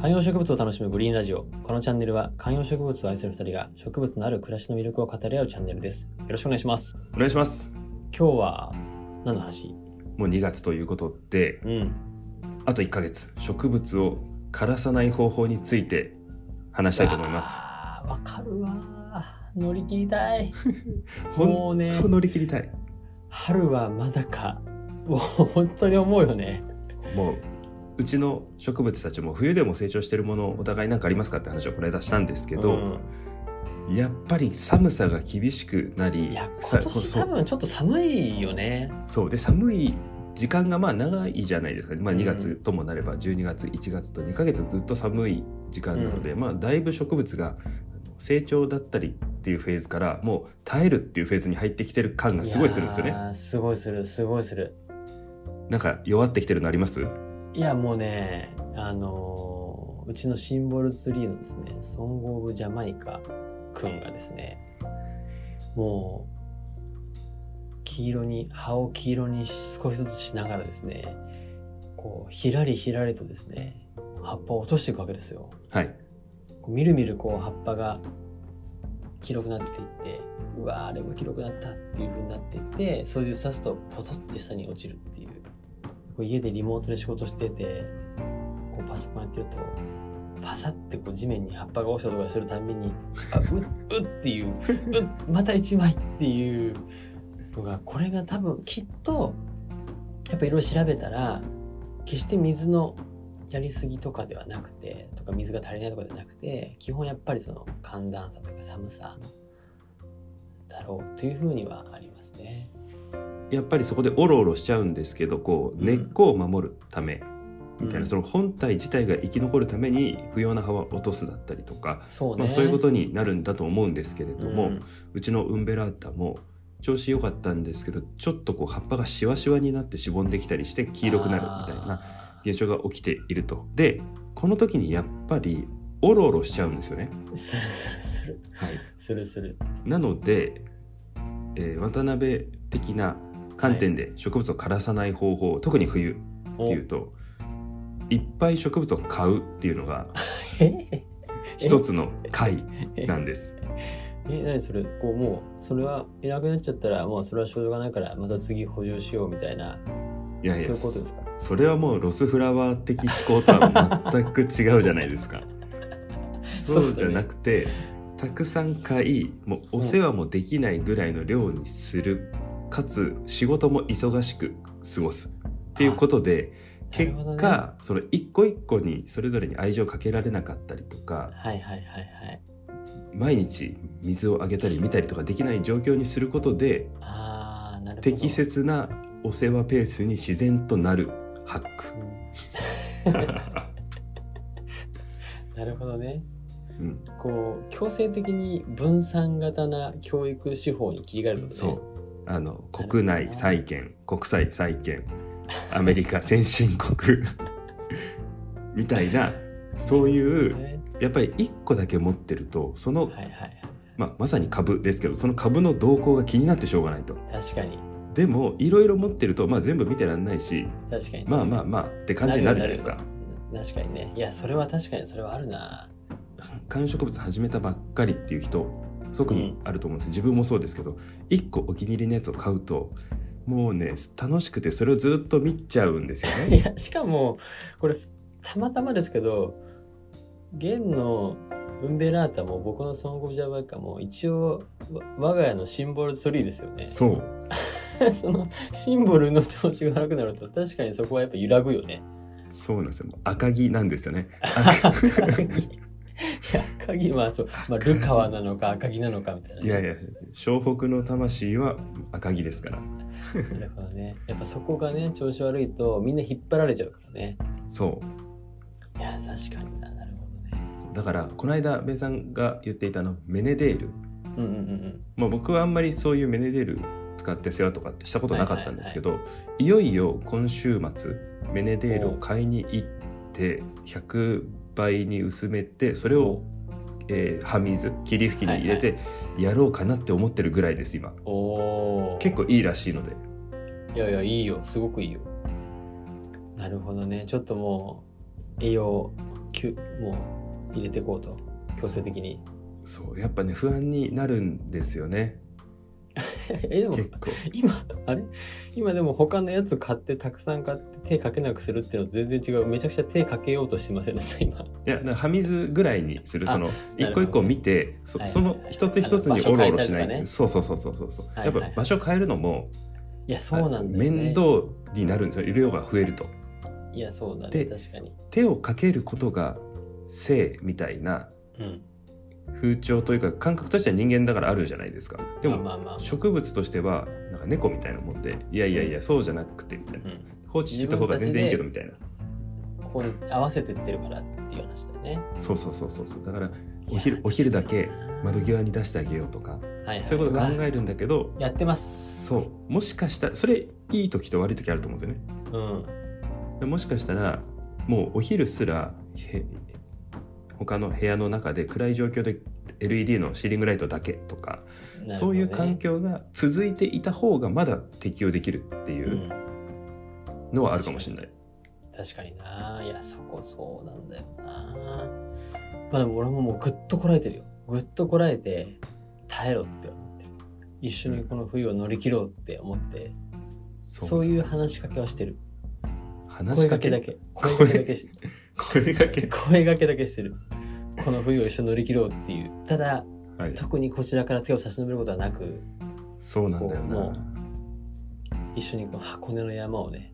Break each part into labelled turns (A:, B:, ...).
A: 観葉植物を楽しむグリーンラジオ。このチャンネルは観葉植物を愛する2人が植物のある暮らしの魅力を語り合うチャンネルです。よろしくお願いします。
B: お願いします
A: 今日は何の話
B: もう2月ということで
A: うん。
B: あと1ヶ月植物を枯らさない方法について話したいと思います
A: あーわかるわー。乗り切りたい。
B: ほ
A: もうね
B: ん、と乗り切りたい
A: 春はまだか。もう本当に思うよね。
B: もううちの植物たちも冬でも成長してるものお互い何かありますかって話をこの間したんですけ
A: う
B: ど、
A: ん
B: やっぱり寒さが厳しくなり
A: いや、
B: さ
A: 今年多
B: そう
A: 分ちょっと寒いよね。
B: そうで寒い時間がまあ長いじゃないですか、まあ、
A: うん
B: 2月ともなれば12月1月と2ヶ月ずっと寒い時間なので、まあだいぶ植物があの成長だったりっていうフェーズからもう耐えるっていうフェーズに入ってきてる感がすごいするんですよ
A: や
B: ね
A: ー。すごいする、すごいする。
B: なんか弱ってきてるのあります
A: いや、もうね、あのーうちのシンボルツリーのですね、ソング・オブ・ジャマイカくんがですね、もう、黄色に、葉を黄色に少しずつしながらですね、こう、ひらりひらりとですね、葉っぱを落としていくわけですよ。
B: はい
A: こうみるみるこう葉っぱが黄色くなっていってうわーあれも黄色くなったっていう風になっていって数日刺すとポトって下に落ちるっていうこう家でリモートで仕事しててこうパソコンやってるとパサってこう地面に葉っぱが落ちたとかするたんびにあうっうっっていううっまた一枚っていうのがこれが多分きっとやっぱいろいろ調べたら決して水のやりすぎとかではなくてとか水が足りないとかではなくて基本やっぱりその寒暖差とか寒さだろうというふうにはありますね。
B: やっぱりそこでオロオロしちゃうんですけどこう根っこを守るためみたいな、
A: うん
B: その本体自体が生き残るために不要な葉は落とすだったりとか、
A: そうね、
B: まあ、そういうことになるんだと思うんですけれども、
A: う
B: うんちのウンベラータも調子良かったんですけどちょっとこう葉っぱがシワシワになってしぼんできたりして黄色くなるみたいな
A: あー
B: 現象が起きていると。でこの時にやっぱりオロオロしちゃうんですよね。
A: するするする
B: はい、
A: するする。
B: なので、えー渡辺的な観点で植物を枯らさない方法、特に冬っていうといっぱい植物を買うっていうのが
A: え
B: 一つの解なんです。
A: え何それこうもうそれはいなくなっちゃったらもうそれはしょうがないからまた次補充しようみたいない
B: やい
A: そう
B: や
A: いうことですか
B: それはもうロスフラワー的思考とは全く違うじゃない ですか。そうじゃなくて、たくさん買いもうお世話もできないぐらいの量にする、かつ仕事も忙しく過ごすっていうことで
A: なる
B: 結
A: ほどね
B: 果、その一個一個にそれぞれに愛情をかけられなかったりとか
A: はいはいはいはい。
B: 毎日水をあげたり見たりとかできない状況にすることで
A: ああなるほど。
B: 適切なお世話ペースに自然となるハック
A: う。ん なるほどね。
B: うん
A: こう強制的に分散型な教育手法に切り替えることね
B: そうあ
A: な
B: の
A: るほど
B: 国内債券国際債券アメリカ先進 国みたいなそういう
A: ね
B: やっぱり1個だけ持ってるとその、
A: はいはいはい
B: まあ、まさに株ですけどその株の動向が気になってしょうがないと
A: 確かに
B: でもいろいろ持ってると、まあ、全部見てらんないし
A: 確かに
B: まあまあ
A: あ
B: まあって感じになるじゃないですか
A: 確かにねいやそれは確かにそれはあるな
B: 観葉植物始めたばっかりっていう人特にあると思うんです、自分もそうですけど1個お気に入りのやつを買うともうね楽しくてそれをずっと見ちゃうんですよね
A: いやしかもこれたまたまですけど現のウンベラータも僕のソング・オブ・ジャマイカも一応わ我が家のシンボルツリーですよね
B: そう
A: そのシンボルの調子が悪くなると確かにそこはやっぱ揺らぐよね
B: そうなんですよ。赤木なんですよ ね。
A: 鍵いや鍵はそう、まあ、ルカワなのか赤木なのかみたいな、
B: いやいや、湘北の魂は赤木ですから。
A: なるほどねやっぱそこがね調子悪いとみんな引っ張られちゃうからね
B: そう。
A: いや確かにななるほどね
B: そうだから、この間、ベイさんが言っていたあの、メネデール。
A: うんうんうん
B: まあ、僕はあんまりそういうメネデール使って世話とかってしたことなかったんですけど、いよいよ今週末、メネデールを買いに行って、100倍に薄めて、それを、えー、葉水、霧吹きに入れて、やろうかなって思ってるぐらいです、今。
A: うんおお
B: 結構いいらしいので。
A: いやいやいいよすごくいいよなるほどねちょっともう栄養給きゅもう入れていこうと強制的に
B: そうやっぱね不安になるんですよね
A: えでも
B: 結構
A: 今あれ今でも他のやつ買ってたくさん買って手かけなくするっていうのと全然違うめちゃくちゃ手かけようとしてませんでした今
B: いやだからはみずぐらいにする
A: あ
B: その
A: なる
B: 一
A: ほど
B: 個一個見てそ,、
A: はい
B: その一つ一つに
A: あの
B: おろおろしな
A: 場所変えたりとかね
B: い、そうそうそうそうそうそう、
A: はいはい
B: やっぱ場所変えるのも
A: いやそうなんだよ、ね、
B: 面倒になるんですよ量が増えると
A: いやそうだね
B: で
A: 確かに
B: 手をかけることが性みたいな
A: うん
B: 風潮というか感覚としては人間だからあるじゃないですかでも
A: まあまあまあ、
B: 植物としてはなんか猫みたいなもんでいやいやいやそうじゃなくてみたいな
A: うん、
B: 放置してた方が全然いいけどみたいな
A: ここに合わせてってるからっていう話だよね
B: そうそうそうそうそうだからお昼お昼だけ窓際に出してあげようとか
A: はいはい
B: そういうこと考
A: わ
B: えるんだけど
A: やってます
B: そうもしかしたらそれいい時と悪い時あると思うんですよね
A: うん
B: でもしかしたらもうお昼すらへ他の部屋の中で暗い状況で LED のシーリングライトだけとか、
A: なるほどね
B: そういう環境が続いていた方がまだ適用できるっていううんのはあるかもしれない、
A: 確かにないやそこそうなんだよなまあでも俺ももうぐっとこらえてるよぐっとこらえて耐えろって思ってる一緒にこの冬を乗り切ろうって思って、
B: そ
A: そういうう話しかけはしてる
B: 話
A: 声
B: し
A: か
B: か
A: け
B: け
A: だけ声
B: 声
A: かけだけし
B: 声かけ
A: 声がけだけしてるこの冬を一緒に乗り切ろうっていうただ
B: はい
A: 特にこちらから手を差し伸べることはなく
B: そうなんだよ
A: こう
B: な
A: もう一緒にこの箱根の山をね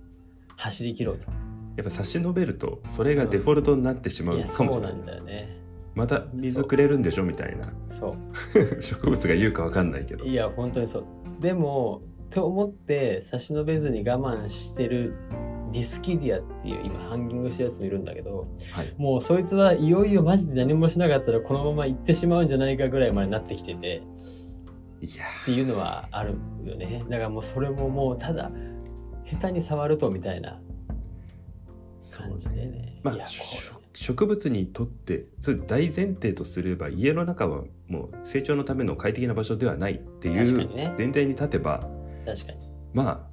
A: 走り切ろうと
B: やっぱ差し伸べるとそれがデフォルトになってしまう
A: いや
B: か
A: そ
B: もし
A: う
B: れな
A: ないん
B: です
A: だよね
B: また水くれるんでしょみた いな
A: そう
B: 植物が言うかわかんないけど
A: いや本当にそうでもと思って差し伸べずに我慢してるディスキディアっていう今ハンギングしてるやつもいるんだけど
B: はい
A: もうそいつはいよいよマジで何もしなかったらこのまま行ってしまうんじゃないかぐらいまでなってきてて
B: いや
A: っていうのはあるよねだからもうそれももうただ下手に触るとみたいな
B: そう
A: 感じでね
B: ま
A: いや
B: あ、
A: こ
B: し植物にとってそれ大前提とすれば家の中はもう成長のための快適な場所ではないってい
A: 確か
B: う
A: にね
B: 前提に立てば、
A: れ確かに
B: まあ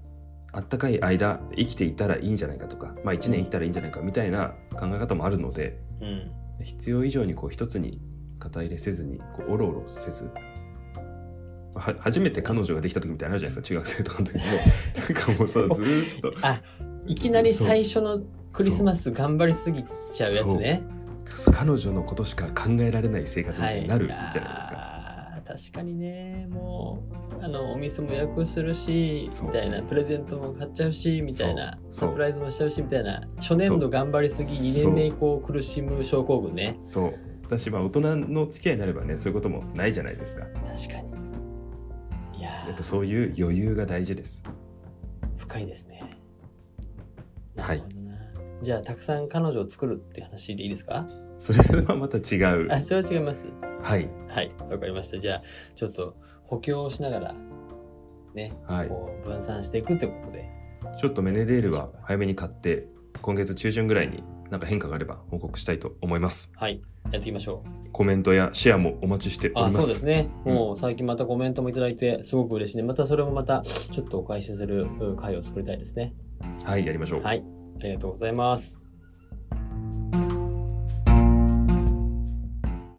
B: あったかい間生きていたらいいんじゃないかとか、まあ、1年生きたらいいんじゃないかみたいな考え方もあるので
A: うん
B: 必要以上にこう一つに肩入れせずにこうおろおろせず。は初めて彼女ができた時みたいなのあるじゃないですか中学生とかの時もなんかもうさずーっと
A: あいきなり最初の クリスマス頑張りすぎちゃうやつね
B: 彼女のことしか考えられない生活みたいになるじゃないですか、
A: あー確かにねもうあのお店も予約するし
B: そう
A: みたいなプレゼントも買っちゃうしみたいな
B: そ
A: サ
B: うそう
A: プライズもしちゃうしみたいな初年
B: そ
A: 度
B: う
A: 頑張りすぎ2
B: そ
A: 年
B: う
A: 目以降苦しむ症候群ね
B: そう私まあ大人の付き合いになればねそういうこともないじゃないですかや
A: 確かにいやー
B: っぱそういう余裕が大事です
A: 深いですねな
B: は
A: る
B: い
A: ほどな、じゃあたくさん彼女を作るっていう話でいいですか
B: それはまた違う
A: あそれは違います
B: はい
A: はいわかりましたじゃあちょっと補強をしながらね
B: はい
A: こう分散していくということで
B: ちょっとメネデールは早めに買って今月中旬ぐらいになんか変化があれば報告したいと思います
A: はいやっていきましょう
B: コメントやシェアもお待ちしており
A: あ
B: ます
A: そうですね、
B: うん
A: もう最近またコメントもいただいてすごく嬉しいねまたそれもまたちょっとお返しするうん回を作りたいですね
B: はいやりましょう
A: はいありがとうございます